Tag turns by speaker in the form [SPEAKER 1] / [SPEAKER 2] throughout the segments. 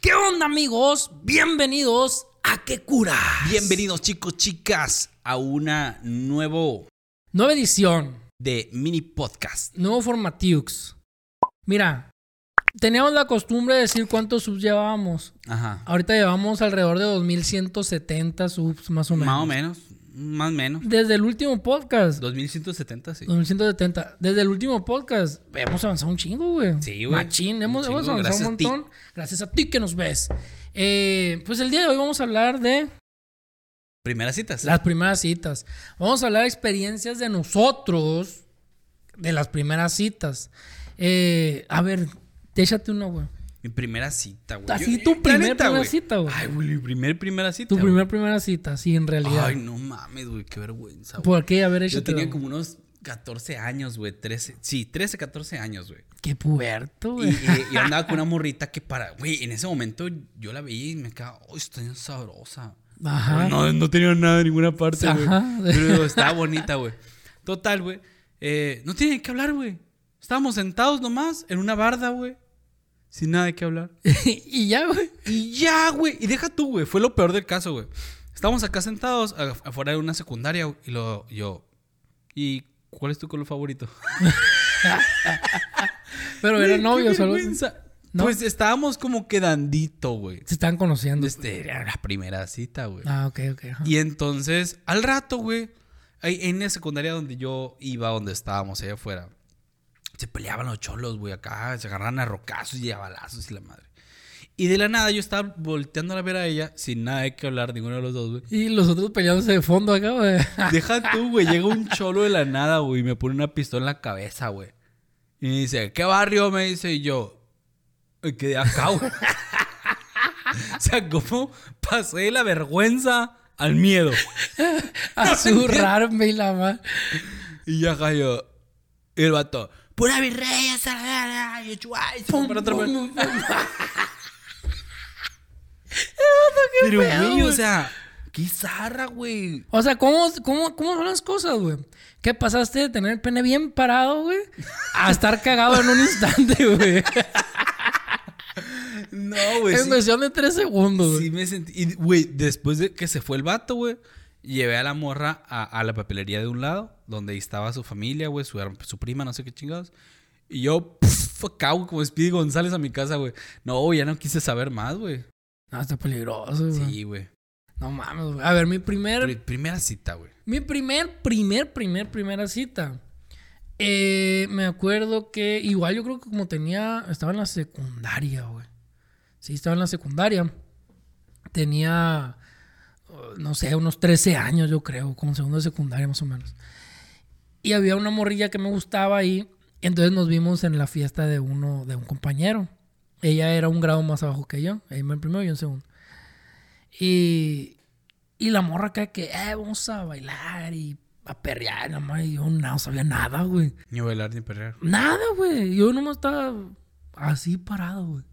[SPEAKER 1] ¿Qué onda amigos? Bienvenidos a Qué Cura.
[SPEAKER 2] Bienvenidos chicos, chicas, a una nuevo
[SPEAKER 1] Nueva edición,
[SPEAKER 2] de mini podcast.
[SPEAKER 1] nuevo formatiux. Mira, teníamos la costumbre de decir cuántos subs llevábamos.
[SPEAKER 2] Ajá.
[SPEAKER 1] Ahorita llevamos alrededor de 2170 subs más o menos.
[SPEAKER 2] Más o menos, más o menos.
[SPEAKER 1] Desde el último podcast.
[SPEAKER 2] 2170, sí.
[SPEAKER 1] 2170. Desde el último podcast hemos avanzado un chingo, güey.
[SPEAKER 2] Sí, güey.
[SPEAKER 1] Machín,
[SPEAKER 2] Un
[SPEAKER 1] hemos,
[SPEAKER 2] chingo,
[SPEAKER 1] hemos avanzado
[SPEAKER 2] gracias
[SPEAKER 1] un
[SPEAKER 2] a ti.
[SPEAKER 1] montón. Gracias a ti que nos ves. Eh, pues el día de hoy vamos a hablar de
[SPEAKER 2] Primeras citas.
[SPEAKER 1] Las primeras citas. Vamos a hablar de experiencias de nosotros de las primeras citas. Eh, a ver, échate una, güey.
[SPEAKER 2] Mi primera cita, güey.
[SPEAKER 1] Así
[SPEAKER 2] Yo-
[SPEAKER 1] tu
[SPEAKER 2] la
[SPEAKER 1] primer- primera
[SPEAKER 2] güey.
[SPEAKER 1] cita, güey.
[SPEAKER 2] Ay, güey, mi primer primera cita.
[SPEAKER 1] Tu
[SPEAKER 2] güey.
[SPEAKER 1] primer primera cita, sí, en realidad.
[SPEAKER 2] Ay, no mames, güey, qué vergüenza, güey.
[SPEAKER 1] ¿Por qué? A ver,
[SPEAKER 2] Yo
[SPEAKER 1] échate.
[SPEAKER 2] tenía como unos 14 años, güey, 13, sí, 13, 14 años, güey.
[SPEAKER 1] Qué puberto,
[SPEAKER 2] Y, eh,
[SPEAKER 1] güey.
[SPEAKER 2] y- y andaba con una morrita que para, güey, en ese momento yo la veía y me quedaba, uy, está bien sabrosa.
[SPEAKER 1] Ajá.
[SPEAKER 2] No, no tenía nada de ninguna parte, güey.
[SPEAKER 1] Ajá.
[SPEAKER 2] Pero estaba bonita, güey. Total, güey. eh, no tiene que hablar, güey. Estábamos sentados nomás en una barda, güey. Sin nada que hablar.
[SPEAKER 1] y ya, güey.
[SPEAKER 2] Y ya, güey. Y deja tú, güey. Fue lo peor del caso, güey. Estábamos acá sentados a- afuera de una secundaria güey, y lo, yo. ¿Y cuál es tu color favorito?
[SPEAKER 1] Pero eran
[SPEAKER 2] Qué
[SPEAKER 1] novios solo. Se
[SPEAKER 2] vergüenza.
[SPEAKER 1] ¿No?
[SPEAKER 2] Pues estábamos como quedandito, güey.
[SPEAKER 1] están conociendo.
[SPEAKER 2] Este, era la primera cita, güey.
[SPEAKER 1] Ah, ok, ok. ajá.
[SPEAKER 2] Y entonces, al rato, güey, ahí en la secundaria donde yo iba, donde estábamos, allá afuera, se peleaban los cholos, güey, acá, se agarraban a rocazos y a balazos y la madre. Y de la nada yo estaba volteando a ver a ella, sin nada de qué hablar, ninguno de los dos, güey.
[SPEAKER 1] Y los otros peleándose de fondo acá, güey.
[SPEAKER 2] Deja tú, güey, llega un cholo de la nada, güey, y me pone una pistola en la cabeza, güey. Y me dice, ¿qué barrio? Me dice, y yo, "Me quedé acá, güey. o sea, ¿cómo pasé de la vergüenza al miedo?
[SPEAKER 1] A zurrarme y la madre.
[SPEAKER 2] Y ya cayó. Y el vato. Pura virrey, esa gana, y chua, y se fue para otra parte. Pero,
[SPEAKER 1] pedo,
[SPEAKER 2] güey, o
[SPEAKER 1] güey?
[SPEAKER 2] sea, qué zarra, güey.
[SPEAKER 1] O sea, ¿cómo, cómo, cómo son las cosas, güey? ¿Qué pasaste de tener el pene bien parado, güey? A estar cagado en un instante, güey.
[SPEAKER 2] No, güey.
[SPEAKER 1] En
[SPEAKER 2] Pues Sí,
[SPEAKER 1] cuestión de tres segundos, güey.
[SPEAKER 2] sí me sentí. y, Güey, después de que se fue el vato, güey, llevé a la morra a, a la papelería de un lado, donde ahí estaba su familia, güey, su, her- su prima, no sé qué chingados. Y yo, pff, acá, güey, como Speedy González a mi casa, güey. No, güey, ya no quise saber más, güey.
[SPEAKER 1] No, está peligroso, güey.
[SPEAKER 2] Sí, güey.
[SPEAKER 1] No mames, güey. A ver, mi primer,
[SPEAKER 2] Pri- Primera cita, güey.
[SPEAKER 1] mi primer, primer, primer, primera cita. Eh, me acuerdo que igual yo creo que como tenía, estaba en la secundaria, güey. Sí, estaba en la secundaria. Tenía, uh, no sé, unos 13 años, yo creo, como segundo de secundaria más o menos. Y había una morrilla que me gustaba ahí. Entonces nos vimos en la fiesta de uno, de un compañero. Ella era un grado más abajo que yo. Ella iba en primero y yo en segundo. Y, y la morra acá que, eh, vamos a bailar y a perrear. Nada más. Y yo no sabía nada, güey.
[SPEAKER 2] Ni bailar ni perrear.
[SPEAKER 1] Nada, güey. Yo nomás estaba así parado, güey.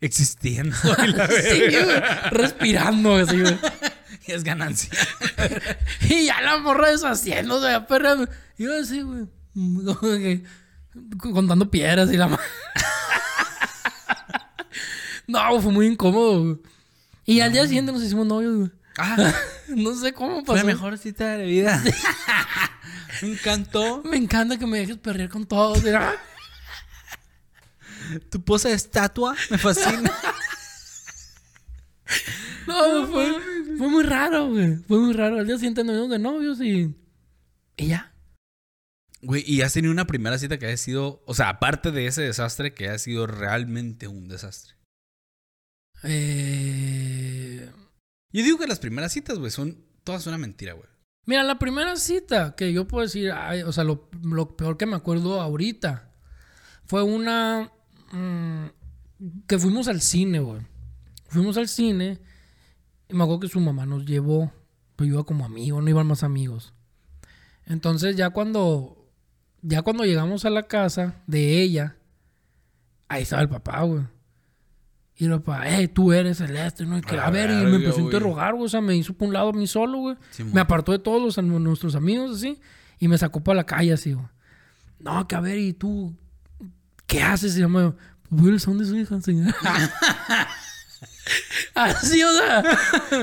[SPEAKER 2] Existiendo, güey, la
[SPEAKER 1] Sí,
[SPEAKER 2] verga.
[SPEAKER 1] güey, Respirando así, güey.
[SPEAKER 2] Es ganancia.
[SPEAKER 1] Y ya la morra deshaciéndose, ya perreando. Y yo así, güey. como que Contando piedras y la ma- No, fue muy incómodo, güey. Y al día siguiente nos hicimos novios, güey.
[SPEAKER 2] Pues
[SPEAKER 1] No sé cómo pasó.
[SPEAKER 2] Ah, fue la mejor cita de la vida. Me encantó.
[SPEAKER 1] Me encanta que me dejes perrear con todos. Era-
[SPEAKER 2] Tu posa de estatua me fascina.
[SPEAKER 1] No, fue, fue muy raro, güey. Fue muy raro. Al día siguiente nos vimos de novios y. Y ya.
[SPEAKER 2] Güey, y has tenido una primera cita que haya sido, o sea, aparte de ese desastre, que haya sido realmente un desastre.
[SPEAKER 1] Eh.
[SPEAKER 2] Yo digo que las primeras citas, güey, son todas una mentira, güey.
[SPEAKER 1] Mira, la primera cita que yo puedo decir, ay, o sea, lo, lo peor que me acuerdo ahorita fue una mm, que fuimos al cine, güey. Fuimos al cine y me acuerdo que su mamá nos llevó, pero yo iba como amigo, no iban más amigos. Entonces ya cuando, ya cuando llegamos a la casa de ella, ahí estaba el papá, güey. Y el papá, hey, tú eres Celeste, ¿no? Y que,
[SPEAKER 2] A la
[SPEAKER 1] a ver, y me
[SPEAKER 2] verga,
[SPEAKER 1] empezó a
[SPEAKER 2] güey.
[SPEAKER 1] interrogar, güey. O sea, me hizo por un lado a mí solo, güey.
[SPEAKER 2] Simón.
[SPEAKER 1] me apartó de todos los- nuestros amigos, así. Y me sacó para la calle, así, güey. No, que a ver, ¿y tú qué haces? Y yo me, Voy el sound de su hija enseñar. Así, o sea.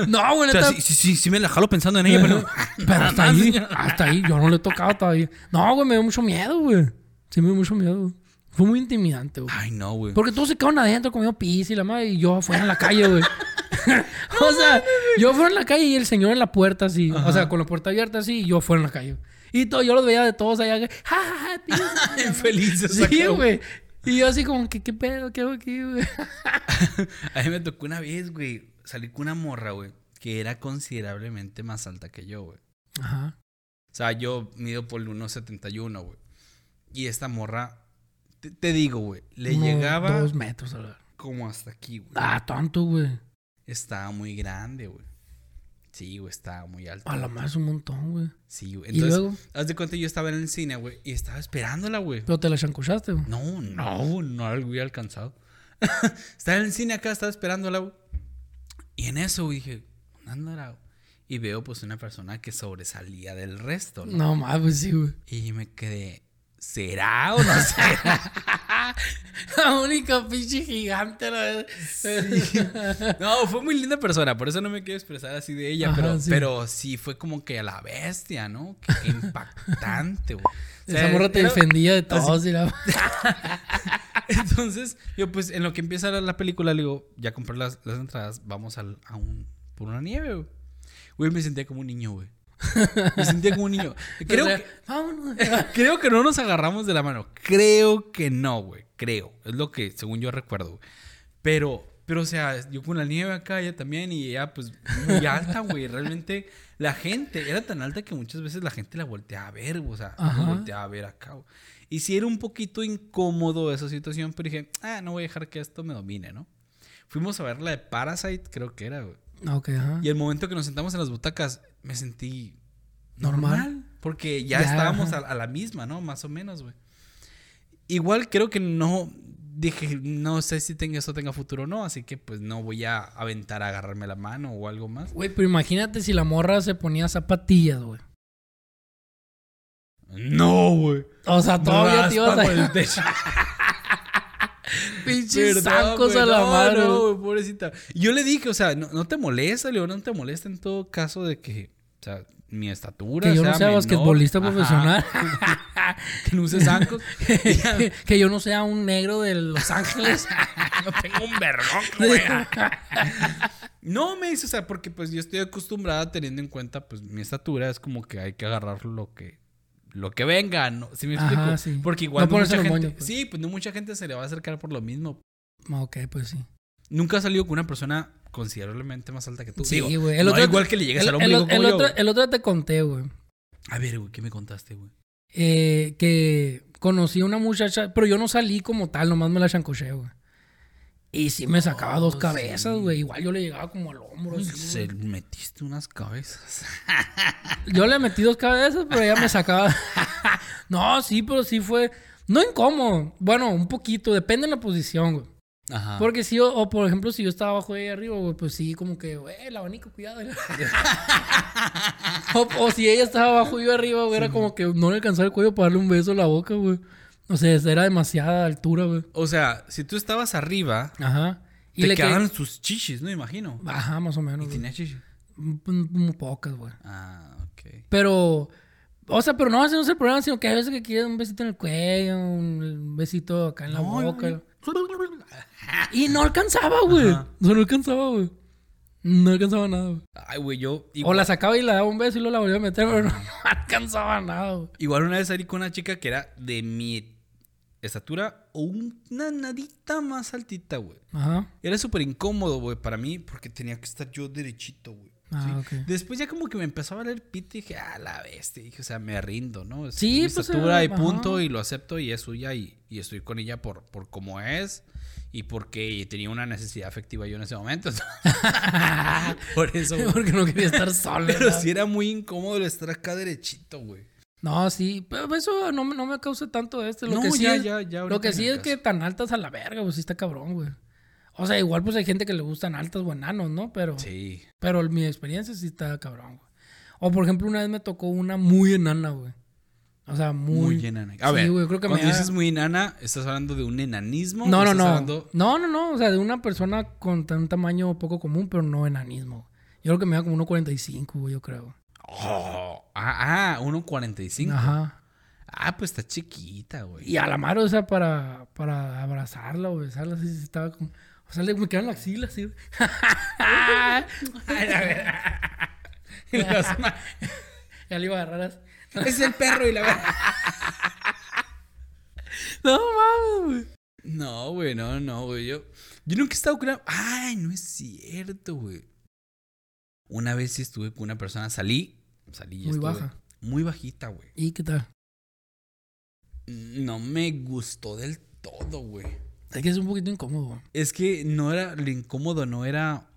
[SPEAKER 1] No, güey,
[SPEAKER 2] O sea,
[SPEAKER 1] neta.
[SPEAKER 2] sí, sí, sí, sí me la jalo pensando en ella, pero...
[SPEAKER 1] Pero hasta ahí, hasta ahí, yo no le he tocado todavía. No, güey, me dio mucho miedo, güey. Sí, me dio mucho miedo. güey. Fue muy intimidante, güey.
[SPEAKER 2] Ay, no, güey.
[SPEAKER 1] Porque todos se quedaron adentro comiendo pizza y la madre, y yo afuera en la calle, güey. o sea, yo fuera en la calle y el señor en la puerta así. O sea, con la puerta abierta así, y yo fuera en la calle. Y todo, yo los veía de todos allá, que, ja, ja, ja, pizza.
[SPEAKER 2] Infelices.
[SPEAKER 1] Sí, güey. Y yo así como, que qué pedo? ¿Qué hago aquí, güey?
[SPEAKER 2] A mí me tocó una vez, güey, salir con una morra, güey, que era considerablemente más alta que yo, güey.
[SPEAKER 1] Ajá.
[SPEAKER 2] O sea, yo mido por el 1.71, güey. Y esta morra, te, te digo, güey, le
[SPEAKER 1] Uno,
[SPEAKER 2] llegaba
[SPEAKER 1] Dos metros, a la
[SPEAKER 2] como hasta aquí, güey.
[SPEAKER 1] Ah, tanto, güey.
[SPEAKER 2] Estaba muy grande, güey. Sí, güey, estaba muy alta.
[SPEAKER 1] A la más un montón, güey.
[SPEAKER 2] Sí, güey.
[SPEAKER 1] Y
[SPEAKER 2] Entonces,
[SPEAKER 1] luego,
[SPEAKER 2] haz de cuenta, yo estaba en el cine, güey, y estaba esperándola, güey.
[SPEAKER 1] pero te la chancuchaste, güey.
[SPEAKER 2] No, no, no la hubiera alcanzado. estaba en el cine acá, estaba esperándola, güey. Y en eso, güey, dije, ¿dónde andará, güey?" Y veo, pues, una persona que sobresalía del resto, ¿no?
[SPEAKER 1] No mames, pues sí, güey.
[SPEAKER 2] Y me quedé, ¿será o no será?
[SPEAKER 1] La única pinche gigante, la verdad.
[SPEAKER 2] no, fue muy linda persona, por eso no me quiero expresar así de ella,
[SPEAKER 1] Ajá,
[SPEAKER 2] pero,
[SPEAKER 1] sí.
[SPEAKER 2] pero sí fue como que a la bestia, ¿no? Qué impactante, güey. O sea,
[SPEAKER 1] Esa morra te
[SPEAKER 2] era-
[SPEAKER 1] defendía de todos y la...
[SPEAKER 2] Entonces, yo pues en lo que empieza la- la película, le digo, ya compré las, las entradas, vamos al- a un, por una nieve, güey. Güey, me sentía como un niño, güey. Me sentía como un niño. Creo
[SPEAKER 1] O sea,
[SPEAKER 2] que,
[SPEAKER 1] Vámonos.
[SPEAKER 2] creo que no nos agarramos de la mano. Creo que no, güey. Creo. Es lo que, según yo recuerdo, güey. Pero, pero, o sea, yo con la nieve acá, ella también, y ella, pues, muy alta, güey. Realmente, la gente era tan alta que muchas veces la gente la volteaba a ver, güey. O sea, nos
[SPEAKER 1] Ajá.
[SPEAKER 2] volteaba a ver acá, güey. Y sí era un poquito incómodo esa situación, pero dije, ah, no voy a dejar que esto me domine, ¿no? Fuimos a ver la de Parasite, creo que era, güey.
[SPEAKER 1] Ok, ajá.
[SPEAKER 2] Y el momento que nos sentamos en las butacas, me sentí normal.
[SPEAKER 1] Normal.
[SPEAKER 2] porque ya,
[SPEAKER 1] Ya,
[SPEAKER 2] estábamos a,
[SPEAKER 1] ajá.
[SPEAKER 2] a la misma, ¿no? Más o menos, güey. Igual creo que no. Dije, no sé si tenga, esto tenga futuro o no, así que pues no voy a aventar a agarrarme la mano o algo más.
[SPEAKER 1] Güey, pero imagínate si la morra se ponía zapatillas, güey.
[SPEAKER 2] No, güey.
[SPEAKER 1] O sea, todavía te ibas
[SPEAKER 2] Raspa por
[SPEAKER 1] a...
[SPEAKER 2] el techo.
[SPEAKER 1] Pinches
[SPEAKER 2] Perdón,
[SPEAKER 1] sacos
[SPEAKER 2] güey,
[SPEAKER 1] a la
[SPEAKER 2] no,
[SPEAKER 1] mano.
[SPEAKER 2] no, güey, pobrecita. Yo le dije, o sea, no, no te molesta, Leo, no te molesta en todo caso de que, o sea, mi estatura.
[SPEAKER 1] Que yo no sea
[SPEAKER 2] menor.
[SPEAKER 1] basquetbolista
[SPEAKER 2] Ajá.
[SPEAKER 1] profesional.
[SPEAKER 2] que no use zancos.
[SPEAKER 1] que, que yo no sea un negro de Los Ángeles.
[SPEAKER 2] no tengo un vergón, güey. No, me dice, o sea, porque pues yo estoy acostumbrada teniendo en cuenta pues mi estatura, es como que hay que agarrar lo que lo que venga, ¿no? ¿Sí me
[SPEAKER 1] Ajá,
[SPEAKER 2] explico?
[SPEAKER 1] sí.
[SPEAKER 2] Porque
[SPEAKER 1] No
[SPEAKER 2] igual no
[SPEAKER 1] ponerse
[SPEAKER 2] mucha
[SPEAKER 1] los
[SPEAKER 2] gente,
[SPEAKER 1] moños, pues.
[SPEAKER 2] sí, pues no mucha gente se le va a acercar por lo mismo.
[SPEAKER 1] ok, pues sí.
[SPEAKER 2] Nunca has salido con una persona considerablemente más alta que tú.
[SPEAKER 1] Sí,
[SPEAKER 2] Digo,
[SPEAKER 1] güey. El
[SPEAKER 2] no,
[SPEAKER 1] otro-
[SPEAKER 2] igual que le llegues
[SPEAKER 1] El,
[SPEAKER 2] al
[SPEAKER 1] el-
[SPEAKER 2] ombligo
[SPEAKER 1] el
[SPEAKER 2] como yo,
[SPEAKER 1] otro,
[SPEAKER 2] güey.
[SPEAKER 1] el otro te conté, güey.
[SPEAKER 2] A ver, güey, ¿qué me contaste, güey?
[SPEAKER 1] eh, que conocí a una muchacha, pero yo no salí como tal, nomás me la chancoché, güey. Y sí me sacaba dos
[SPEAKER 2] Oh,
[SPEAKER 1] cabezas,
[SPEAKER 2] sí.
[SPEAKER 1] güey. Igual yo le llegaba como al hombro. así, güey.
[SPEAKER 2] Se metiste unas cabezas.
[SPEAKER 1] Yo le metí dos cabezas, pero ella me sacaba. no, sí, pero sí fue. No incómodo. Bueno, un poquito. Depende de la posición, güey.
[SPEAKER 2] Ajá.
[SPEAKER 1] Porque si yo, o por ejemplo, si yo estaba abajo de ella arriba, güey, pues sí, como que, güey, el abanico, cuidado. o, o si ella estaba abajo y yo arriba, güey, era como que no le alcanzaba el cuello para darle un beso a la boca, güey. O sea, era demasiada altura, güey.
[SPEAKER 2] O sea, si tú estabas arriba,
[SPEAKER 1] Ajá. Y
[SPEAKER 2] te
[SPEAKER 1] le
[SPEAKER 2] quedaban sus chichis, no imagino.
[SPEAKER 1] que- Ajá, más o menos.
[SPEAKER 2] Y
[SPEAKER 1] güey.
[SPEAKER 2] tenía chichis.
[SPEAKER 1] Un- un- Muy pocas, güey.
[SPEAKER 2] Ah, ok.
[SPEAKER 1] Pero, o sea, pero no, ese no es el problema, sino que hay veces que quieres un besito en el cuello, un besito acá en la
[SPEAKER 2] No,
[SPEAKER 1] boca.
[SPEAKER 2] no, no.
[SPEAKER 1] Y no alcanzaba, güey.
[SPEAKER 2] Ajá.
[SPEAKER 1] No, no alcanzaba, güey. No alcanzaba nada, güey.
[SPEAKER 2] Ay, güey, yo
[SPEAKER 1] O
[SPEAKER 2] igual,
[SPEAKER 1] la sacaba y le daba un beso y luego la volvía a meter, pero no, alcanzaba nada, güey.
[SPEAKER 2] igual una vez salí con una chica que era de mi estatura o una nadita más altita, güey.
[SPEAKER 1] Ajá.
[SPEAKER 2] Era súper incómodo, güey, para mí, porque tenía que estar yo derechito, güey.
[SPEAKER 1] Ah,
[SPEAKER 2] ¿sí?
[SPEAKER 1] ok.
[SPEAKER 2] Después ya como que me empezó a valer pito y dije, ah, la bestia. Dije, o sea, me rindo, ¿no? Es
[SPEAKER 1] Sí,
[SPEAKER 2] mi
[SPEAKER 1] pues,
[SPEAKER 2] estatura
[SPEAKER 1] ah,
[SPEAKER 2] y punto,
[SPEAKER 1] ajá.
[SPEAKER 2] y lo acepto, y es suya, y, y estoy con ella por, por cómo es, y porque tenía una necesidad afectiva yo en ese momento. por eso, güey.
[SPEAKER 1] Porque no quería estar solo.
[SPEAKER 2] Pero sí era muy incómodo el estar acá derechito, güey.
[SPEAKER 1] No, sí. Pero eso no, me- no me causa tanto este. Lo
[SPEAKER 2] No,
[SPEAKER 1] que sí
[SPEAKER 2] ya,
[SPEAKER 1] es,
[SPEAKER 2] ya, ya
[SPEAKER 1] Lo
[SPEAKER 2] ahorita
[SPEAKER 1] que sí
[SPEAKER 2] en el
[SPEAKER 1] es que tan altas a la verga, pues sí está cabrón, güey. O sea, igual pues hay gente que le gustan altas o enanos, ¿no? Pero,
[SPEAKER 2] Sí.
[SPEAKER 1] pero mi experiencia sí está cabrón, güey. O por ejemplo, una vez me tocó una muy enana, güey. O sea, muy.
[SPEAKER 2] Muy, enana. A
[SPEAKER 1] sí,
[SPEAKER 2] ver,
[SPEAKER 1] güey, creo que me
[SPEAKER 2] cuando
[SPEAKER 1] da-
[SPEAKER 2] dices muy enana, ¿estás hablando de un enanismo?
[SPEAKER 1] No,
[SPEAKER 2] ¿O
[SPEAKER 1] no,
[SPEAKER 2] estás
[SPEAKER 1] no.
[SPEAKER 2] hablando-
[SPEAKER 1] No, no, no. O sea, de una persona con tan- un tamaño poco común, pero no enanismo. Yo creo que me da como 1.45, güey, yo creo.
[SPEAKER 2] Oh, ah, ah, 1.45.
[SPEAKER 1] Ajá.
[SPEAKER 2] Ah, pues está chiquita, güey.
[SPEAKER 1] Y a la madre, o sea, para, para abrazarla o besarla, sí, sí, estaba como. O sea, le, me quedan las axilas, sí. güey.
[SPEAKER 2] Y las ma-
[SPEAKER 1] ya le iba a agarrar así.
[SPEAKER 2] es el perro y la verdad.
[SPEAKER 1] No mames, güey.
[SPEAKER 2] No, güey, no, no, güey. Yo, yo nunca he estado con una... Ay, no es cierto, güey. Una vez sí estuve con una persona, salí. Salí y
[SPEAKER 1] Muy
[SPEAKER 2] estuve-
[SPEAKER 1] baja.
[SPEAKER 2] Muy bajita, güey.
[SPEAKER 1] ¿Y qué tal?
[SPEAKER 2] No me gustó del todo, güey.
[SPEAKER 1] Es que es un poquito incómodo, güey.
[SPEAKER 2] Es que no era lo incómodo, no era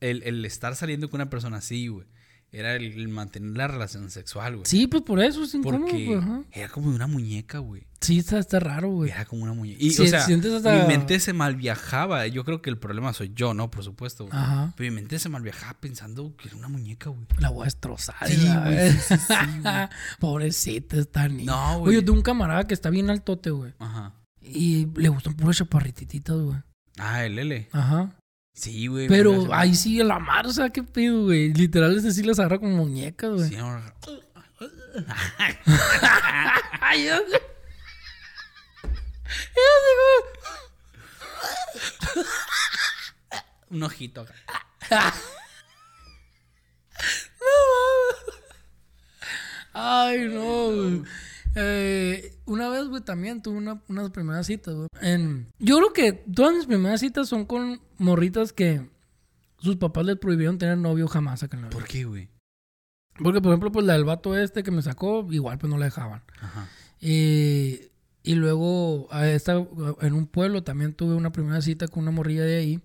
[SPEAKER 2] el, el estar saliendo con una persona así, güey. Era el, el mantener la relación sexual, güey.
[SPEAKER 1] Sí, pues por eso es incómodo, güey.
[SPEAKER 2] Porque
[SPEAKER 1] ajá.
[SPEAKER 2] era como una muñeca, güey.
[SPEAKER 1] Sí, está, está raro, güey.
[SPEAKER 2] Era como una muñeca. Y,
[SPEAKER 1] Sí,
[SPEAKER 2] o sea,
[SPEAKER 1] sientes hasta-
[SPEAKER 2] mi mente se malviajaba. Yo creo que el problema soy yo, ¿no? Por supuesto. güey.
[SPEAKER 1] Ajá.
[SPEAKER 2] Pero mi mente se malviajaba pensando que era una muñeca, güey.
[SPEAKER 1] La voy a destrozar.
[SPEAKER 2] Sí,
[SPEAKER 1] la
[SPEAKER 2] güey,
[SPEAKER 1] vez.
[SPEAKER 2] sí, sí, sí, güey.
[SPEAKER 1] Pobrecita esta niña.
[SPEAKER 2] No,
[SPEAKER 1] Oye,
[SPEAKER 2] güey.
[SPEAKER 1] yo tengo un camarada que está bien altote, güey.
[SPEAKER 2] Ajá.
[SPEAKER 1] Y le gustan puras chaparritititas, güey.
[SPEAKER 2] Ah, el L.
[SPEAKER 1] Ajá.
[SPEAKER 2] Sí, güey.
[SPEAKER 1] Pero ah,
[SPEAKER 2] mira,
[SPEAKER 1] ahí sí, a la mar, o sea, qué pedo, güey. Literal, este sí las agarra como muñecas, güey.
[SPEAKER 2] sí, ahora-
[SPEAKER 1] Ay, ya sé.
[SPEAKER 2] Un ojito acá.
[SPEAKER 1] Ah, Ay, no, güey. Eh, una vez, güey, también tuve una, unas primeras citas, güey. En- Yo creo que todas mis primeras citas son con morritas que sus papás les prohibieron tener novio jamás acá en la vida.
[SPEAKER 2] ¿Por qué, güey?
[SPEAKER 1] Porque, por ejemplo, pues la del vato este que me sacó, igual pues no la dejaban.
[SPEAKER 2] Ajá.
[SPEAKER 1] Eh, y luego a esta, en un pueblo también tuve una primera cita con una morrilla de ahí.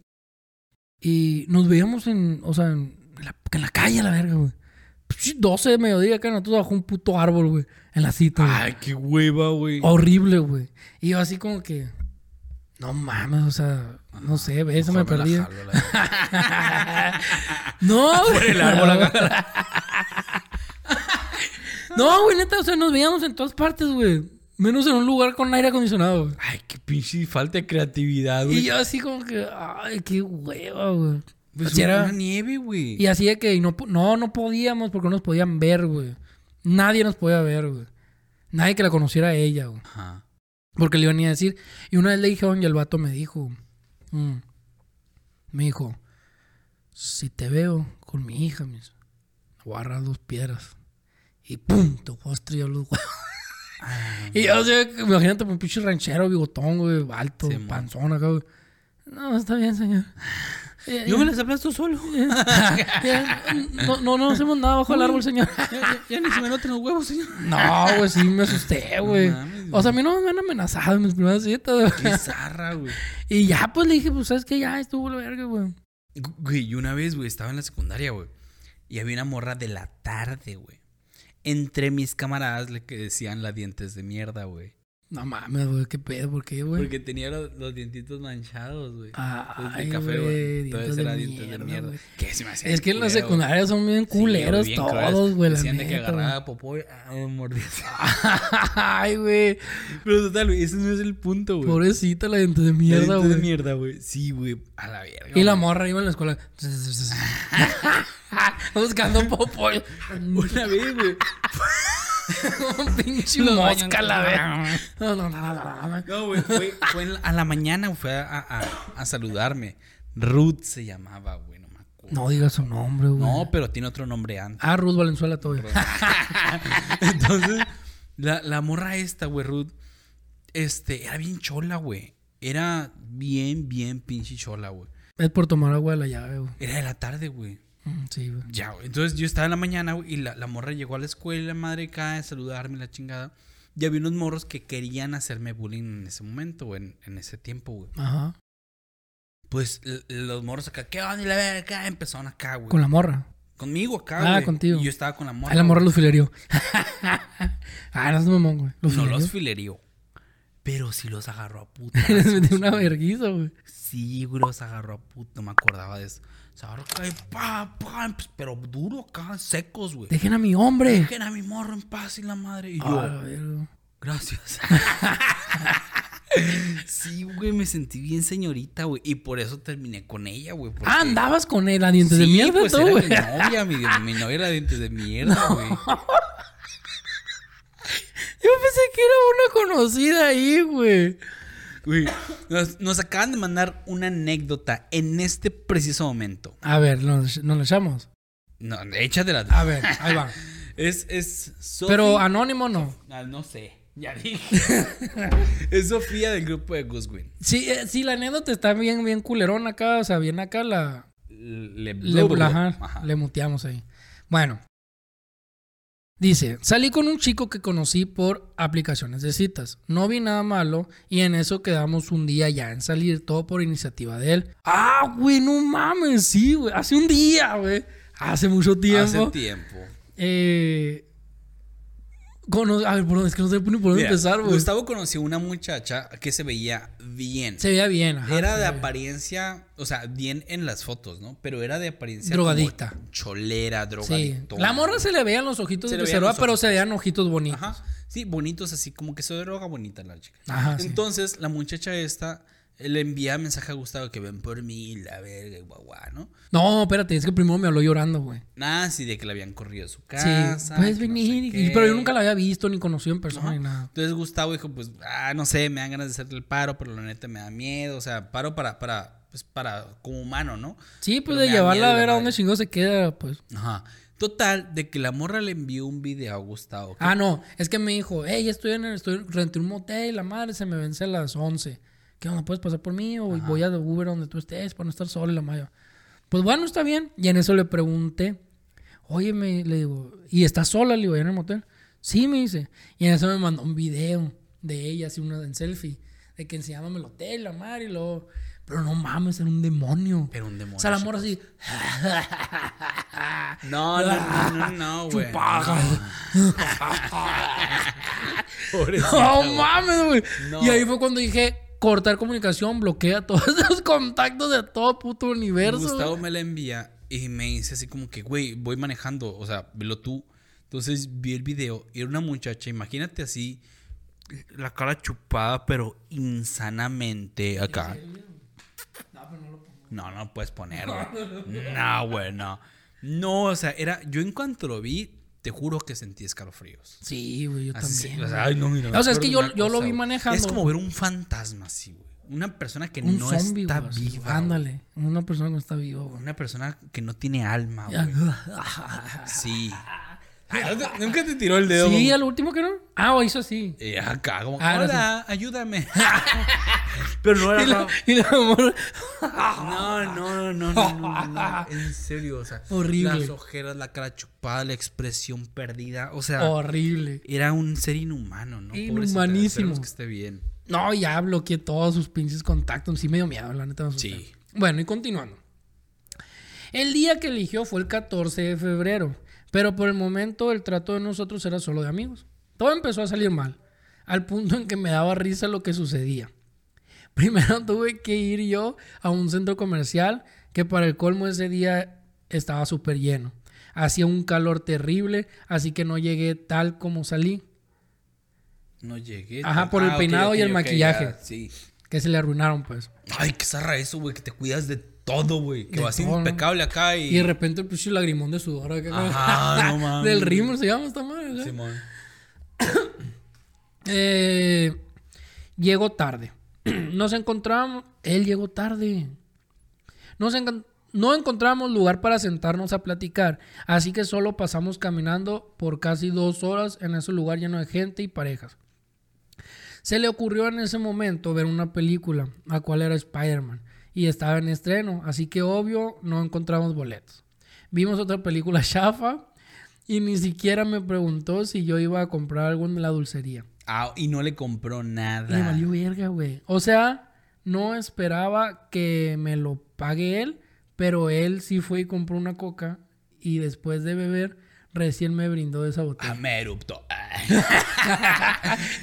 [SPEAKER 1] Y nos veíamos en, o sea, en la, en la calle, a la verga, güey. Pues, 12 de mediodía acá nosotros bajo un puto árbol, güey. En la cita, güey.
[SPEAKER 2] Ay, qué hueva, güey.
[SPEAKER 1] Oh, Horrible, güey. Y yo así como que... No mames, o sea... No sé, ve, eso me
[SPEAKER 2] Mejor
[SPEAKER 1] perdí.
[SPEAKER 2] la jalo, la verdad.
[SPEAKER 1] No, güey.
[SPEAKER 2] Ah, el árbol, acá.
[SPEAKER 1] No, güey, neta, o sea, nos veíamos en todas partes, güey. Menos en un lugar con aire acondicionado, güey.
[SPEAKER 2] Ay, qué pinche falta de creatividad, güey.
[SPEAKER 1] Y yo así como que, ay, qué hueva, güey.
[SPEAKER 2] Pues
[SPEAKER 1] O sea,
[SPEAKER 2] una
[SPEAKER 1] era-
[SPEAKER 2] nieve, güey.
[SPEAKER 1] Y así de que y no, po- no, no podíamos porque no nos podían ver, güey. Nadie nos podía ver, güey. Nadie que la conociera a ella, güey.
[SPEAKER 2] Ajá.
[SPEAKER 1] Porque le iban a ir a decir. Y una vez le dije, y el vato me dijo. mm, me dijo, si te veo con mi hija, me dice, voy a agarrar dos piedras. Y pum, te voy a estrellar los huevos.
[SPEAKER 2] Ah,
[SPEAKER 1] y yo, o sea, imagínate un pinche ranchero, bigotón, güey, alto,
[SPEAKER 2] Sí, mon.
[SPEAKER 1] panzón acá, güey. No, está bien, señor. Eh,
[SPEAKER 2] Yo me las aplasto solo.
[SPEAKER 1] eh, No, no, no hacemos nada bajo el árbol, señor.
[SPEAKER 2] ya, ya ni se me notan los huevos, señor.
[SPEAKER 1] No, güey, sí me asusté, güey.
[SPEAKER 2] mames,
[SPEAKER 1] O sea, a mí no me han amenazado en mis primeras citas, güey.
[SPEAKER 2] Qué zarra, güey.
[SPEAKER 1] Y ya, pues le dije, pues sabes que ya estuvo la verga, güey.
[SPEAKER 2] Gu- Güey, yo una vez, güey, estaba en la secundaria, güey. Y había una morra de la tarde, güey. Entre mis camaradas le que decían las dientes de mierda, güey.
[SPEAKER 1] No mames, güey, qué pedo, ¿por qué, güey?
[SPEAKER 2] Porque tenía los, los dientitos manchados, güey.
[SPEAKER 1] Ay,
[SPEAKER 2] de café,
[SPEAKER 1] güey,
[SPEAKER 2] güey.
[SPEAKER 1] dientes
[SPEAKER 2] Entonces
[SPEAKER 1] de
[SPEAKER 2] era dientes de
[SPEAKER 1] mierda,
[SPEAKER 2] mierda.
[SPEAKER 1] güey.
[SPEAKER 2] Que se me hacía
[SPEAKER 1] Es que en la
[SPEAKER 2] culero, güey.
[SPEAKER 1] secundaria son bien culeros
[SPEAKER 2] Sí, bien
[SPEAKER 1] todos,
[SPEAKER 2] culeros.
[SPEAKER 1] güey. La
[SPEAKER 2] Decían de que
[SPEAKER 1] neta,
[SPEAKER 2] agarraba popó y ah, me mordía.
[SPEAKER 1] güey. Ay, güey.
[SPEAKER 2] Pero total, güey, ese no es el punto, güey.
[SPEAKER 1] Pobrecita la gente de mierda,
[SPEAKER 2] Dientes de
[SPEAKER 1] güey.
[SPEAKER 2] mierda, güey. Sí, güey. A la verga.
[SPEAKER 1] Y la
[SPEAKER 2] güey.
[SPEAKER 1] morra iba a la escuela. Buscando popo.
[SPEAKER 2] Una vez, güey.
[SPEAKER 1] Un pinche mosca, la verga. No, no, no, no, no.
[SPEAKER 2] No, güey. Fue, fue en la- a la mañana, fue a, a- a- a saludarme. Ruth se llamaba, güey. No me acuerdo.
[SPEAKER 1] No digas su nombre, güey.
[SPEAKER 2] No, pero tiene otro nombre antes.
[SPEAKER 1] Ah, Ruth Valenzuela todavía.
[SPEAKER 2] Entonces, la, la morra esta, güey, Ruth, este, era bien chola, güey. Era bien, bien pinche chola, güey.
[SPEAKER 1] Es por tomar agua de la llave, güey.
[SPEAKER 2] Era de la tarde, güey.
[SPEAKER 1] Mm, Sí, güey.
[SPEAKER 2] Ya, güey. Entonces yo estaba en la mañana, güey, y la, la morra llegó a la escuela, madre acá, a saludarme, la chingada. Y había unos morros que querían hacerme bullying en ese momento, güey, en, en ese tiempo, güey.
[SPEAKER 1] Ajá.
[SPEAKER 2] Pues l- los morros acá, ¿qué onda? Y la verga acá empezaron acá, güey.
[SPEAKER 1] Con la morra.
[SPEAKER 2] Conmigo acá,
[SPEAKER 1] Ah,
[SPEAKER 2] güey.
[SPEAKER 1] contigo.
[SPEAKER 2] Y yo estaba con la morra.
[SPEAKER 1] Ay, la morra los filerió. ah, no es mamón, güey. Los
[SPEAKER 2] No
[SPEAKER 1] filerió.
[SPEAKER 2] los filerío. Pero sí los agarró a
[SPEAKER 1] Les
[SPEAKER 2] putas.
[SPEAKER 1] metí una verguiza, güey.
[SPEAKER 2] Sí, güey, los agarró a putas. No me acordaba de eso. Se agarró acá y pa, pa, pues, pero duro acá, secos, güey.
[SPEAKER 1] Dejen a mi hombre.
[SPEAKER 2] Dejen a mi morro en paz y la madre. Y yo,
[SPEAKER 1] Ah, la verga.
[SPEAKER 2] gracias. sí, güey, me sentí bien señorita, güey. Y por eso terminé con ella, güey. porque-
[SPEAKER 1] Ah, andabas con él a dientes de
[SPEAKER 2] Sí,
[SPEAKER 1] mierda
[SPEAKER 2] pues,
[SPEAKER 1] tú,
[SPEAKER 2] era
[SPEAKER 1] güey.
[SPEAKER 2] Mi novia, mi, mi novia era dientes de mierda, güey.
[SPEAKER 1] Yo pensé que era una conocida ahí, güey.
[SPEAKER 2] Güey, nos, nos acaban de mandar una anécdota en este preciso momento.
[SPEAKER 1] A ver, nos, nos la echamos.
[SPEAKER 2] No, échatela.
[SPEAKER 1] A ver, ahí va.
[SPEAKER 2] Es, es Sophie-
[SPEAKER 1] Pero anónimo no.
[SPEAKER 2] Ah, no sé. Ya dije. es Sofía del grupo de Goosewin.
[SPEAKER 1] Sí, eh, sí, la anécdota está bien, bien culerón acá. O sea, bien acá la...
[SPEAKER 2] Le,
[SPEAKER 1] Le, ajá,
[SPEAKER 2] Ajá.
[SPEAKER 1] le muteamos ahí. Bueno. Dice, salí con un chico que conocí por aplicaciones de citas. No vi nada malo y en eso quedamos un día ya en salir, todo por iniciativa de él. Ah, güey, no mames, sí, güey. Hace un día, güey. Hace mucho tiempo.
[SPEAKER 2] Hace tiempo.
[SPEAKER 1] Eh, cono- a ver, por- es que no sé ni por dónde
[SPEAKER 2] Mira,
[SPEAKER 1] empezar, güey.
[SPEAKER 2] Gustavo conoció una muchacha que se veía bien.
[SPEAKER 1] Se veía bien, ajá.
[SPEAKER 2] Era de
[SPEAKER 1] se veía bien.
[SPEAKER 2] apariencia, o sea, bien en las fotos, ¿no? Pero era de apariencia
[SPEAKER 1] Drogadicta.
[SPEAKER 2] como Cholera,
[SPEAKER 1] Sí.
[SPEAKER 2] drogadicta.
[SPEAKER 1] La morra se le veían los ojitos
[SPEAKER 2] Se
[SPEAKER 1] de
[SPEAKER 2] le veían
[SPEAKER 1] reserva,
[SPEAKER 2] los
[SPEAKER 1] pero
[SPEAKER 2] ojitos.
[SPEAKER 1] se veían ojitos bonitos.
[SPEAKER 2] Ajá. Sí, bonitos así, como que se droga bonita la chica.
[SPEAKER 1] Ajá, Ah, sí.
[SPEAKER 2] Entonces, la muchacha esta eh, le envía mensaje a Gustavo que ven por mí, la verga, y guau, guau, ¿no?
[SPEAKER 1] No, espérate, es que primero me habló llorando, güey.
[SPEAKER 2] Nada, sí, de que la habían corrido de su
[SPEAKER 1] Sí,
[SPEAKER 2] casa.
[SPEAKER 1] puedes
[SPEAKER 2] que no
[SPEAKER 1] venir.
[SPEAKER 2] sé
[SPEAKER 1] y-
[SPEAKER 2] qué.
[SPEAKER 1] Pero yo nunca la había visto ni conocido en persona
[SPEAKER 2] Ajá.
[SPEAKER 1] ni nada.
[SPEAKER 2] Entonces Gustavo dijo, pues, ah, no sé, me dan ganas de hacerle el paro, pero la neta me da miedo, o sea, paro para, para, pues, para, como humano, ¿no?
[SPEAKER 1] Sí, pues
[SPEAKER 2] Pero
[SPEAKER 1] de
[SPEAKER 2] me da
[SPEAKER 1] llevarla
[SPEAKER 2] miedo
[SPEAKER 1] a
[SPEAKER 2] la
[SPEAKER 1] ver a
[SPEAKER 2] madre.
[SPEAKER 1] dónde chingo se queda, pues.
[SPEAKER 2] Ajá. Total, de que la morra le envió un video a Gustavo. que-
[SPEAKER 1] Ah, no, es que me dijo, hey, ya estoy en el, estoy, renté un motel, la madre se me vence a las 11. ¿Qué onda? ¿Puedes pasar por mí? O voy a Uber donde tú estés para no estar solo y la madre. Pues bueno, está bien. Y en eso le pregunté, oye, me, le digo, ¿y estás sola? Le digo, "allá en el motel. Sí, me dice. Y en eso me mandó un video de ella, así una en selfie, de que enseñándome el hotel, la madre, y luego, pero no mames, era un demonio.
[SPEAKER 2] Era un demonio,
[SPEAKER 1] O sea, la morra así,
[SPEAKER 2] No, no, no, no, no, güey.
[SPEAKER 1] chupaga.
[SPEAKER 2] Pobrecita,
[SPEAKER 1] No
[SPEAKER 2] güey.
[SPEAKER 1] mames, güey.
[SPEAKER 2] No.
[SPEAKER 1] Y ahí fue cuando dije cortar comunicación, bloquea todos los contactos de todo puto universo.
[SPEAKER 2] Gustavo me la envía y me dice así como que, güey, voy manejando, o sea, velo tú. Entonces vi el video y era una muchacha, imagínate así, la cara chupada, pero insanamente acá. No, no lo puedes poner, güey. No, güey, no. No, o sea, era, yo en cuanto lo vi, te juro que sentí escalofríos.
[SPEAKER 1] Sí, güey, yo
[SPEAKER 2] Así se-
[SPEAKER 1] también.
[SPEAKER 2] o sea,
[SPEAKER 1] güey.
[SPEAKER 2] ay, no, mira, me
[SPEAKER 1] O sea, es
[SPEAKER 2] acuerdo
[SPEAKER 1] que
[SPEAKER 2] de
[SPEAKER 1] yo-
[SPEAKER 2] una
[SPEAKER 1] yo lo vi
[SPEAKER 2] güey.
[SPEAKER 1] manejando.
[SPEAKER 2] Es como ver un fantasma así, güey. Una persona que
[SPEAKER 1] un
[SPEAKER 2] no
[SPEAKER 1] zombie,
[SPEAKER 2] está
[SPEAKER 1] güey. así,
[SPEAKER 2] viva. güey.
[SPEAKER 1] Ándale, una persona que no está viva, güey.
[SPEAKER 2] Una persona que no tiene alma, güey. Sí. Nunca te tiró el dedo.
[SPEAKER 1] Sí,
[SPEAKER 2] mamá?
[SPEAKER 1] al último que no. Ah, o hizo así.
[SPEAKER 2] Eh, acá, como,
[SPEAKER 1] Ah, no,
[SPEAKER 2] hola, ayúdame. Pero no
[SPEAKER 1] Y la,
[SPEAKER 2] era.
[SPEAKER 1] y la morra- "Ah".
[SPEAKER 2] No, no, no, no, no, no, no, En serio, o sea.
[SPEAKER 1] Horrible.
[SPEAKER 2] Las ojeras, la cara chupada, la expresión perdida. O sea,
[SPEAKER 1] Horrible.
[SPEAKER 2] era un ser inhumano, ¿no? Pobrecita,
[SPEAKER 1] Inhumanísimo.
[SPEAKER 2] esperemos que esté bien.
[SPEAKER 1] No, ya bloqueé todos sus pinches contactos. Sí, medio miedo, la neta. me asusté.
[SPEAKER 2] Sí.
[SPEAKER 1] Bueno, y continuando. El día que eligió fue el 14 de febrero, pero por el momento el trato de nosotros era solo de amigos. Todo empezó a salir mal, al punto en que me daba risa lo que sucedía. Primero tuve que ir yo a un centro comercial que para el colmo ese día estaba súper lleno. Hacía un calor terrible, así que no llegué tal como salí.
[SPEAKER 2] No llegué. Ah,
[SPEAKER 1] Ajá, por el
[SPEAKER 2] ok,
[SPEAKER 1] peinado y
[SPEAKER 2] ok,
[SPEAKER 1] el
[SPEAKER 2] ok,
[SPEAKER 1] maquillaje.
[SPEAKER 2] ya, sí.
[SPEAKER 1] Que se le arruinaron, pues.
[SPEAKER 2] Ay, qué zarra eso, güey, que te cuidas de todo, güey. Que
[SPEAKER 1] De
[SPEAKER 2] vas
[SPEAKER 1] todo, ¿no?
[SPEAKER 2] impecable acá y.
[SPEAKER 1] Y de repente el pinche lagrimón de sudor acá.
[SPEAKER 2] Ajá, no mames.
[SPEAKER 1] Del rimor se llama esta madre. ¿verdad?
[SPEAKER 2] Simón.
[SPEAKER 1] Eh, llegó tarde. Nos encontramos. Él llegó tarde. Nos encon- no encontramos lugar para sentarnos a platicar. Así que solo pasamos caminando por casi dos horas en ese lugar lleno de gente y parejas. Se le ocurrió en ese momento ver una película, la cual era Spider-Man, y estaba en estreno, así que obvio no encontramos boletos. Vimos otra película chafa y ni siquiera me preguntó si yo iba a comprar algo en la dulcería.
[SPEAKER 2] Ah, y no le compró nada.
[SPEAKER 1] Le valió verga, güey. O sea, no esperaba que me lo pague él, pero él sí fue y compró una coca y después de beber recién me brindó de esa botella.
[SPEAKER 2] Ah, me eruptó.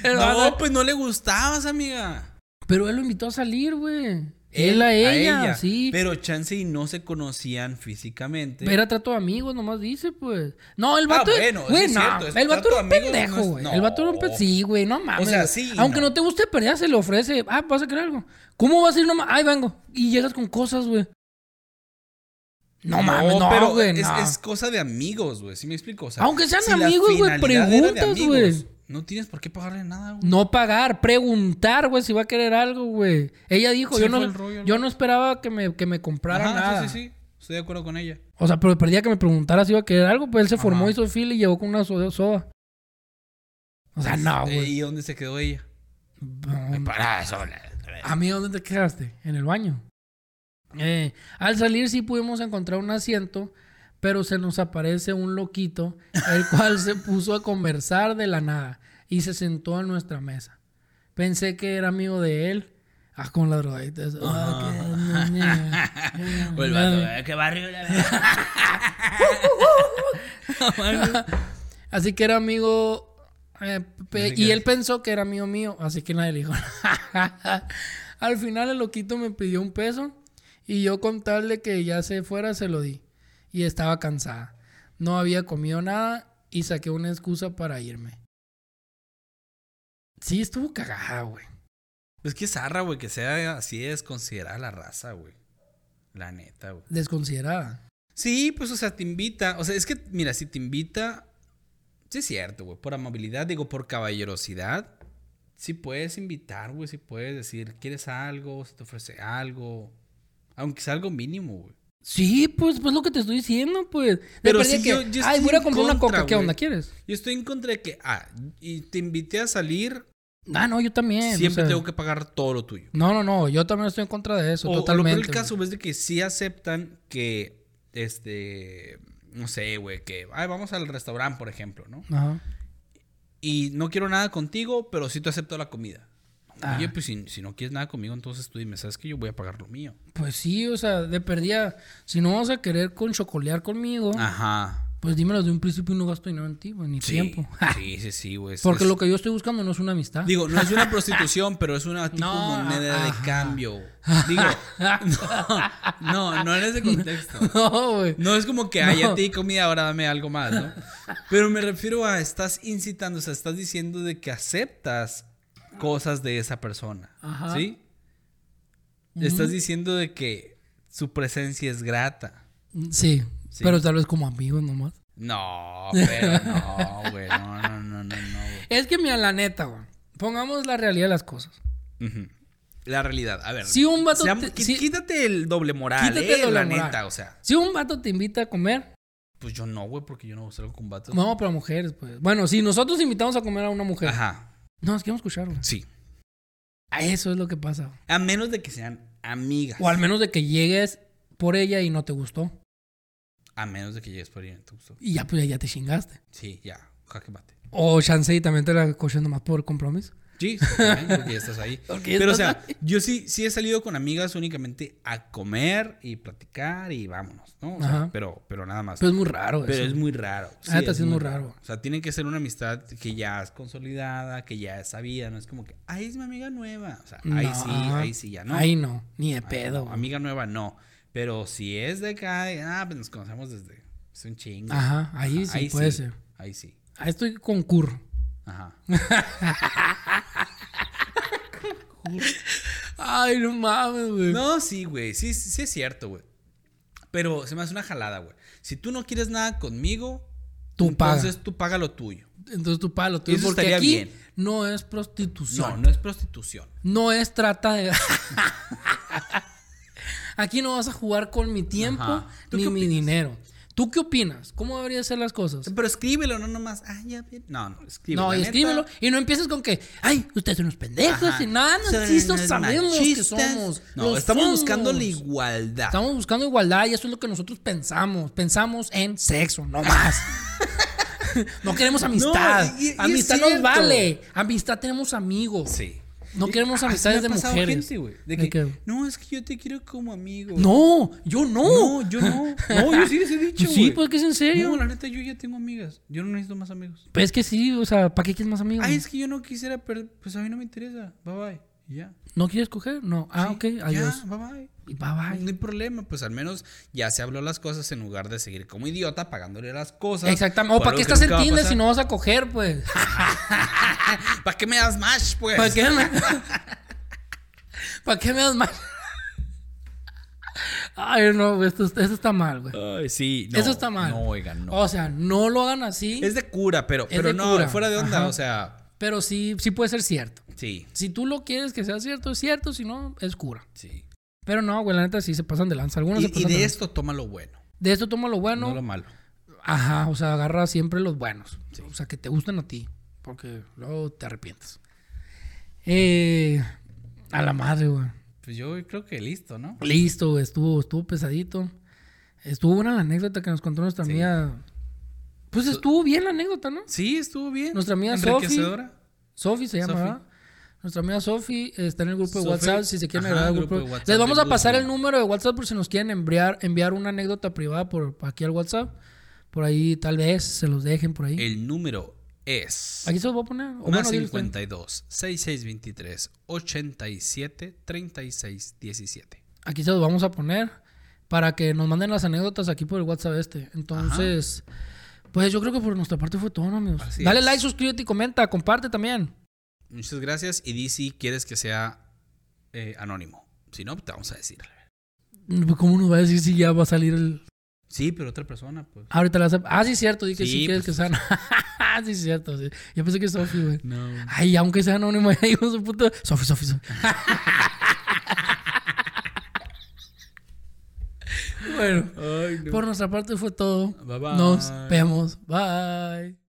[SPEAKER 1] Pero,
[SPEAKER 2] No, pues no le gustabas, amiga.
[SPEAKER 1] pero él lo invitó a salir, güey. Él a ella, sí. Pero...
[SPEAKER 2] Pero chance y no se conocían físicamente.
[SPEAKER 1] Era trato de amigos, nomás dice, pues. No, el vato.
[SPEAKER 2] Este, Ah, bueno, eso
[SPEAKER 1] güey,
[SPEAKER 2] es
[SPEAKER 1] no,
[SPEAKER 2] cierto, es
[SPEAKER 1] el vato era un
[SPEAKER 2] trato de amigos,
[SPEAKER 1] pendejo,
[SPEAKER 2] no es-
[SPEAKER 1] güey.
[SPEAKER 2] no.
[SPEAKER 1] El vato era un pendejo. Sí, güey, no mames.
[SPEAKER 2] O sea,
[SPEAKER 1] güey.
[SPEAKER 2] sí,
[SPEAKER 1] Aunque
[SPEAKER 2] no.
[SPEAKER 1] no. te guste pelear, se le ofrece. Ah, vas a querer algo. ¿Cómo vas a ir nomás? Ay, vengo. Y llegas con cosas, güey. No, mames, no,
[SPEAKER 2] pero
[SPEAKER 1] güey.
[SPEAKER 2] es,
[SPEAKER 1] no.
[SPEAKER 2] es cosa de amigos, güey. ¿Sí me explico? O sea,
[SPEAKER 1] Aunque sean
[SPEAKER 2] la
[SPEAKER 1] amigos, güey,
[SPEAKER 2] finalidad era de
[SPEAKER 1] preguntas,
[SPEAKER 2] amigos,
[SPEAKER 1] güey.
[SPEAKER 2] No tienes por qué pagarle nada, güey.
[SPEAKER 1] No pagar, preguntar, güey, si va a querer algo, güey. Ella dijo,
[SPEAKER 2] Sí,
[SPEAKER 1] yo,
[SPEAKER 2] fue el
[SPEAKER 1] no,
[SPEAKER 2] rollo, ¿no?
[SPEAKER 1] yo no esperaba que me, que me comprara
[SPEAKER 2] Ajá,
[SPEAKER 1] nada.
[SPEAKER 2] Sí, sí, sí. Estoy de acuerdo con ella.
[SPEAKER 1] O sea, pero perdía que me preguntara si iba a querer algo, pues él se formó,
[SPEAKER 2] Ajá.
[SPEAKER 1] hizo fila y llegó con una soda. soda. O sea, no, güey.
[SPEAKER 2] Este, ¿Y dónde se quedó ella?
[SPEAKER 1] No,
[SPEAKER 2] Parada sola.
[SPEAKER 1] A mí, ¿dónde te quedaste? En el baño. Eh, al salir sí pudimos encontrar un asiento, pero se nos aparece un loquito, el cual se puso a conversar de la nada y se sentó en nuestra mesa. Pensé que era amigo de él. Ah, con la drogadita. esa. Ah, qué- no, no, no.
[SPEAKER 2] O el vato, eh, qué barrio la verdad.
[SPEAKER 1] Así que era amigo. eh, pe-
[SPEAKER 2] Así que-
[SPEAKER 1] y él pensó que era amigo mío, así que nadie le dijo. nada. Al final el loquito me pidió un peso y yo con tal de que ya se fuera se lo di. Y estaba cansada. No había comido nada y saqué una excusa para irme. Sí, estuvo cagada, güey.
[SPEAKER 2] es que zarra, güey, que sea así desconsiderada la raza, güey. La neta, güey.
[SPEAKER 1] Desconsiderada.
[SPEAKER 2] Sí, pues, o sea, te invita. O sea, es que, mira, si te invita. Sí, es cierto, güey. Por amabilidad, digo, por caballerosidad. Sí puedes invitar, güey. Sí puedes decir, ¿quieres algo? ¿Se te ofrece algo? Aunque sea algo mínimo, güey.
[SPEAKER 1] Sí, pues, pues lo que te estoy diciendo, pues. De
[SPEAKER 2] Pero
[SPEAKER 1] perdida
[SPEAKER 2] sí,
[SPEAKER 1] que,
[SPEAKER 2] yo- yo
[SPEAKER 1] Ay,
[SPEAKER 2] estoy
[SPEAKER 1] voy a
[SPEAKER 2] en
[SPEAKER 1] comprar una
[SPEAKER 2] contra,
[SPEAKER 1] coca. ¿Qué
[SPEAKER 2] güey.
[SPEAKER 1] onda quieres?
[SPEAKER 2] Yo estoy en contra de que, ah, y te invité a salir,
[SPEAKER 1] Ah, no, yo también. o
[SPEAKER 2] siempre
[SPEAKER 1] sea,
[SPEAKER 2] tengo que pagar todo lo tuyo.
[SPEAKER 1] No, no, no. Yo también estoy en contra de eso.
[SPEAKER 2] O, o lo
[SPEAKER 1] totalmente.
[SPEAKER 2] peor del
[SPEAKER 1] güey.
[SPEAKER 2] caso güey, es de que sí aceptan que, este, no sé, güey, que, ay, vamos al restaurante, por ejemplo, ¿no?
[SPEAKER 1] Ajá.
[SPEAKER 2] Y no quiero nada contigo, pero sí te acepto la comida.
[SPEAKER 1] Ah.
[SPEAKER 2] Oye, pues si, si no quieres nada conmigo, entonces tú dime, ¿sabes que Yo voy a pagar lo mío.
[SPEAKER 1] Pues sí, o sea, de perdida. Si no vas a querer con chocolear conmigo,
[SPEAKER 2] Ajá.
[SPEAKER 1] pues dímelo de un principio y no gasto dinero en ti, güey, ni
[SPEAKER 2] Ah. Sí,
[SPEAKER 1] tiempo.
[SPEAKER 2] sí, sí, sí, güey. es-
[SPEAKER 1] Porque
[SPEAKER 2] es-
[SPEAKER 1] lo que yo estoy buscando no es una amistad.
[SPEAKER 2] Digo, no es una prostitución, pero es una tipo
[SPEAKER 1] No, ajá.
[SPEAKER 2] moneda de cambio. Digo, no, no, no en ese contexto.
[SPEAKER 1] no, güey.
[SPEAKER 2] No es como que ay, ya te di comida, ahora dame algo más, ¿no? Pero me refiero a estás incitando, o sea, estás diciendo de que aceptas cosas de esa persona,
[SPEAKER 1] Ajá.
[SPEAKER 2] ¿sí? Estás diciendo de que su presencia es grata.
[SPEAKER 1] Sí,
[SPEAKER 2] Sí.
[SPEAKER 1] pero tal vez como amigos nomás.
[SPEAKER 2] No, pero no, güey, no, no, no, no, no, güey.
[SPEAKER 1] Es que mira, la neta, güey. Pongamos la realidad de las cosas.
[SPEAKER 2] Ujú. La realidad, a ver.
[SPEAKER 1] Si un vato
[SPEAKER 2] seamos-
[SPEAKER 1] te-
[SPEAKER 2] qui-
[SPEAKER 1] si-
[SPEAKER 2] Quítate el doble moral,
[SPEAKER 1] Quítate el
[SPEAKER 2] eh,
[SPEAKER 1] doble
[SPEAKER 2] la
[SPEAKER 1] moral.
[SPEAKER 2] neta, o sea.
[SPEAKER 1] Si un vato te invita a comer,
[SPEAKER 2] Pues yo no, güey, porque yo no salgo con vatos.
[SPEAKER 1] vamos para mujeres, pues. Bueno, si nosotros invitamos a comer a una mujer.
[SPEAKER 2] Ajá,
[SPEAKER 1] No, es que vamos a escuchar, güey.
[SPEAKER 2] sí.
[SPEAKER 1] A Eso es lo que pasa. güey.
[SPEAKER 2] A menos de que sean amigas.
[SPEAKER 1] O al menos de que llegues por ella y no te gustó.
[SPEAKER 2] A menos de que llegues por ahí en tu gusto.
[SPEAKER 1] Y ya, pues ya te chingaste.
[SPEAKER 2] Sí, ya, jaque mate.
[SPEAKER 1] O chance y también te la coches nomás por compromiso.
[SPEAKER 2] Sí, sí, también, porque ya estás ahí.
[SPEAKER 1] Porque ya
[SPEAKER 2] Pero, o
[SPEAKER 1] estás
[SPEAKER 2] sea, yo sí, sí he salido con amigas únicamente a comer y platicar y vámonos, ¿no? O sea,
[SPEAKER 1] Ajá.
[SPEAKER 2] pero, pero nada más.
[SPEAKER 1] Pero
[SPEAKER 2] Pero,
[SPEAKER 1] es muy raro eso.
[SPEAKER 2] es muy raro.
[SPEAKER 1] neta, sí es muy raro.
[SPEAKER 2] O sea, tiene que ser una amistad que ya es consolidada, que ya es sabida, no es como que, ay, es mi amiga nueva. O sea, ahí
[SPEAKER 1] No.
[SPEAKER 2] sí, ahí sí ya no. Ah,
[SPEAKER 1] Ahí no, ni de
[SPEAKER 2] Ay,
[SPEAKER 1] pedo.
[SPEAKER 2] no,
[SPEAKER 1] güey.
[SPEAKER 2] Amiga nueva no. Pero si es de acá, de, ah, pues nos conocemos desde. Es un chingo.
[SPEAKER 1] Ajá, ahí sí puede ser.
[SPEAKER 2] Ahí sí.
[SPEAKER 1] Ahí estoy con curro.
[SPEAKER 2] Ajá.
[SPEAKER 1] Ay, no mames, güey.
[SPEAKER 2] No, sí, güey. Sí, sí sí es cierto, güey. Pero se me hace una jalada, güey. Si tú no quieres nada conmigo,
[SPEAKER 1] Tú
[SPEAKER 2] entonces tú paga lo tuyo.
[SPEAKER 1] paga. Entonces tú paga lo tuyo.
[SPEAKER 2] Eso
[SPEAKER 1] Porque
[SPEAKER 2] estaría
[SPEAKER 1] aquí
[SPEAKER 2] bien.
[SPEAKER 1] no es
[SPEAKER 2] No,
[SPEAKER 1] prostitución. No,
[SPEAKER 2] no es prostitución.
[SPEAKER 1] es trata de. aquí no vas a jugar con mi tiempo
[SPEAKER 2] Ajá. ¿Tú
[SPEAKER 1] ni
[SPEAKER 2] qué
[SPEAKER 1] mi
[SPEAKER 2] opinas?
[SPEAKER 1] dinero. ¿Tú qué opinas? ¿Cómo deberían ser las cosas?
[SPEAKER 2] Pero escríbelo, no nomás. Ah, ya bien. No, no, escríbelo.
[SPEAKER 1] No,
[SPEAKER 2] la
[SPEAKER 1] y
[SPEAKER 2] neta.
[SPEAKER 1] escríbelo. Y no empieces con que, ay, ustedes son unos pendejos
[SPEAKER 2] Ajá.
[SPEAKER 1] y nada, no
[SPEAKER 2] Son
[SPEAKER 1] existo,
[SPEAKER 2] unos
[SPEAKER 1] sabemos que
[SPEAKER 2] machistas.
[SPEAKER 1] somos.
[SPEAKER 2] No,
[SPEAKER 1] lo
[SPEAKER 2] estamos
[SPEAKER 1] somos.
[SPEAKER 2] buscando la igualdad.
[SPEAKER 1] Estamos buscando igualdad y eso es lo que nosotros pensamos. Pensamos en sexo, no más. no queremos amistad.
[SPEAKER 2] No, y- y- y es
[SPEAKER 1] amistad nos
[SPEAKER 2] cierto.
[SPEAKER 1] vale. Amistad tenemos amigos.
[SPEAKER 2] Sí.
[SPEAKER 1] No queremos
[SPEAKER 2] Así
[SPEAKER 1] amistades
[SPEAKER 2] me
[SPEAKER 1] de
[SPEAKER 2] ha pasado
[SPEAKER 1] mujeres.
[SPEAKER 2] gente, güey, de
[SPEAKER 1] ¿De
[SPEAKER 2] que,
[SPEAKER 1] qué?
[SPEAKER 2] no, es que yo te quiero como amigo.
[SPEAKER 1] No, yo no.
[SPEAKER 2] No, yo no. No, yo sí les he dicho,
[SPEAKER 1] sí,
[SPEAKER 2] güey.
[SPEAKER 1] pues que es en serio.
[SPEAKER 2] No, la neta, yo ya tengo amigas. Yo no necesito más amigos.
[SPEAKER 1] Pues es que sí, o sea, ¿para qué quieres más amigos?
[SPEAKER 2] Ay, es que yo no quisiera perder. Pues a mí no me interesa. Bye bye. Y Ya.
[SPEAKER 1] ¿No quieres coger? No. Ah,
[SPEAKER 2] Sí,
[SPEAKER 1] ok, adiós.
[SPEAKER 2] Ya, bye bye.
[SPEAKER 1] Y bye bye.
[SPEAKER 2] No hay problema, pues al menos ya se habló las cosas en lugar de seguir como idiota pagándole las cosas.
[SPEAKER 1] Exactamente. O ¿para qué estás en Tinder si no vas a coger, pues?
[SPEAKER 2] ¿Para qué me das más, pues?
[SPEAKER 1] ¿Para qué me... ¿Para qué me das mal? Ay, no, güey, esto, esto está mal, güey.
[SPEAKER 2] Ay, sí, no,
[SPEAKER 1] Eso está mal.
[SPEAKER 2] No, oigan, no.
[SPEAKER 1] O sea, no lo hagan así,
[SPEAKER 2] es de cura, pero, pero
[SPEAKER 1] de
[SPEAKER 2] no,
[SPEAKER 1] cura.
[SPEAKER 2] fuera de onda,
[SPEAKER 1] Ajá.
[SPEAKER 2] o sea,
[SPEAKER 1] pero sí, sí puede ser cierto.
[SPEAKER 2] sí,
[SPEAKER 1] Si tú lo quieres que sea cierto, es cierto. Si no, es cura.
[SPEAKER 2] sí.
[SPEAKER 1] Pero no, güey, la neta sí se pasan de lanza. Algunos
[SPEAKER 2] Y,
[SPEAKER 1] se pasan
[SPEAKER 2] y
[SPEAKER 1] de,
[SPEAKER 2] de
[SPEAKER 1] lanza.
[SPEAKER 2] esto toma lo bueno,
[SPEAKER 1] de esto toma lo
[SPEAKER 2] no,
[SPEAKER 1] bueno.
[SPEAKER 2] lo malo.
[SPEAKER 1] Ajá, o sea, agarra siempre los buenos. O sea, que te gusten a ti. Porque luego te arrepientes. Eh, a la madre, güey.
[SPEAKER 2] Pues yo creo que listo, ¿no?
[SPEAKER 1] Listo, güey, estuvo, estuvo pesadito. Estuvo buena la anécdota que nos contó nuestra
[SPEAKER 2] Sí.
[SPEAKER 1] amiga. Pues estuvo bien la anécdota, ¿no?
[SPEAKER 2] Sí, estuvo bien.
[SPEAKER 1] Nuestra amiga Sofi.
[SPEAKER 2] Enriquecedora.
[SPEAKER 1] Sofi se llama,
[SPEAKER 2] Sofi.
[SPEAKER 1] ¿verdad? Nuestra amiga Sofi eh, está en el grupo de
[SPEAKER 2] Sofi.
[SPEAKER 1] WhatsApp. Si se quieren
[SPEAKER 2] Ajá,
[SPEAKER 1] agregar al
[SPEAKER 2] el
[SPEAKER 1] grupo,
[SPEAKER 2] grupo de WhatsApp
[SPEAKER 1] Les vamos
[SPEAKER 2] de
[SPEAKER 1] a pasar
[SPEAKER 2] Google.
[SPEAKER 1] el número de WhatsApp por si nos quieren enviar, enviar una anécdota privada por aquí al WhatsApp. Por ahí tal vez se los dejen por ahí.
[SPEAKER 2] El número es
[SPEAKER 1] Aquí se los voy a poner. O
[SPEAKER 2] más
[SPEAKER 1] bueno, dile usted.
[SPEAKER 2] 52 6623 87 36 17.
[SPEAKER 1] aquí se los vamos a poner para que nos manden las anécdotas aquí por el WhatsApp este. Entonces, pues yo creo que por nuestra parte fue todo, ¿no, amigos.
[SPEAKER 2] Así
[SPEAKER 1] Dale
[SPEAKER 2] es.
[SPEAKER 1] like, suscríbete y comenta, comparte también.
[SPEAKER 2] Muchas gracias y di si quieres que sea eh, anónimo. Si no, te vamos a decir.
[SPEAKER 1] ¿Cómo nos va a decir si ya va a salir el
[SPEAKER 2] Sí, pero otra persona, pues.
[SPEAKER 1] Ahorita la Ah, sí, cierto. Dije, sí,
[SPEAKER 2] Sí,
[SPEAKER 1] quieres que
[SPEAKER 2] pues.
[SPEAKER 1] sean. sí, cierto. sí. Yo pensé que Sofi, güey.
[SPEAKER 2] No.
[SPEAKER 1] Ay, aunque sea anónimo, ya digo su puta. Sofi, Sofi, Sofi. bueno,
[SPEAKER 2] Ay, no.
[SPEAKER 1] por nuestra parte fue todo.
[SPEAKER 2] Bye, bye.
[SPEAKER 1] Nos vemos. Bye.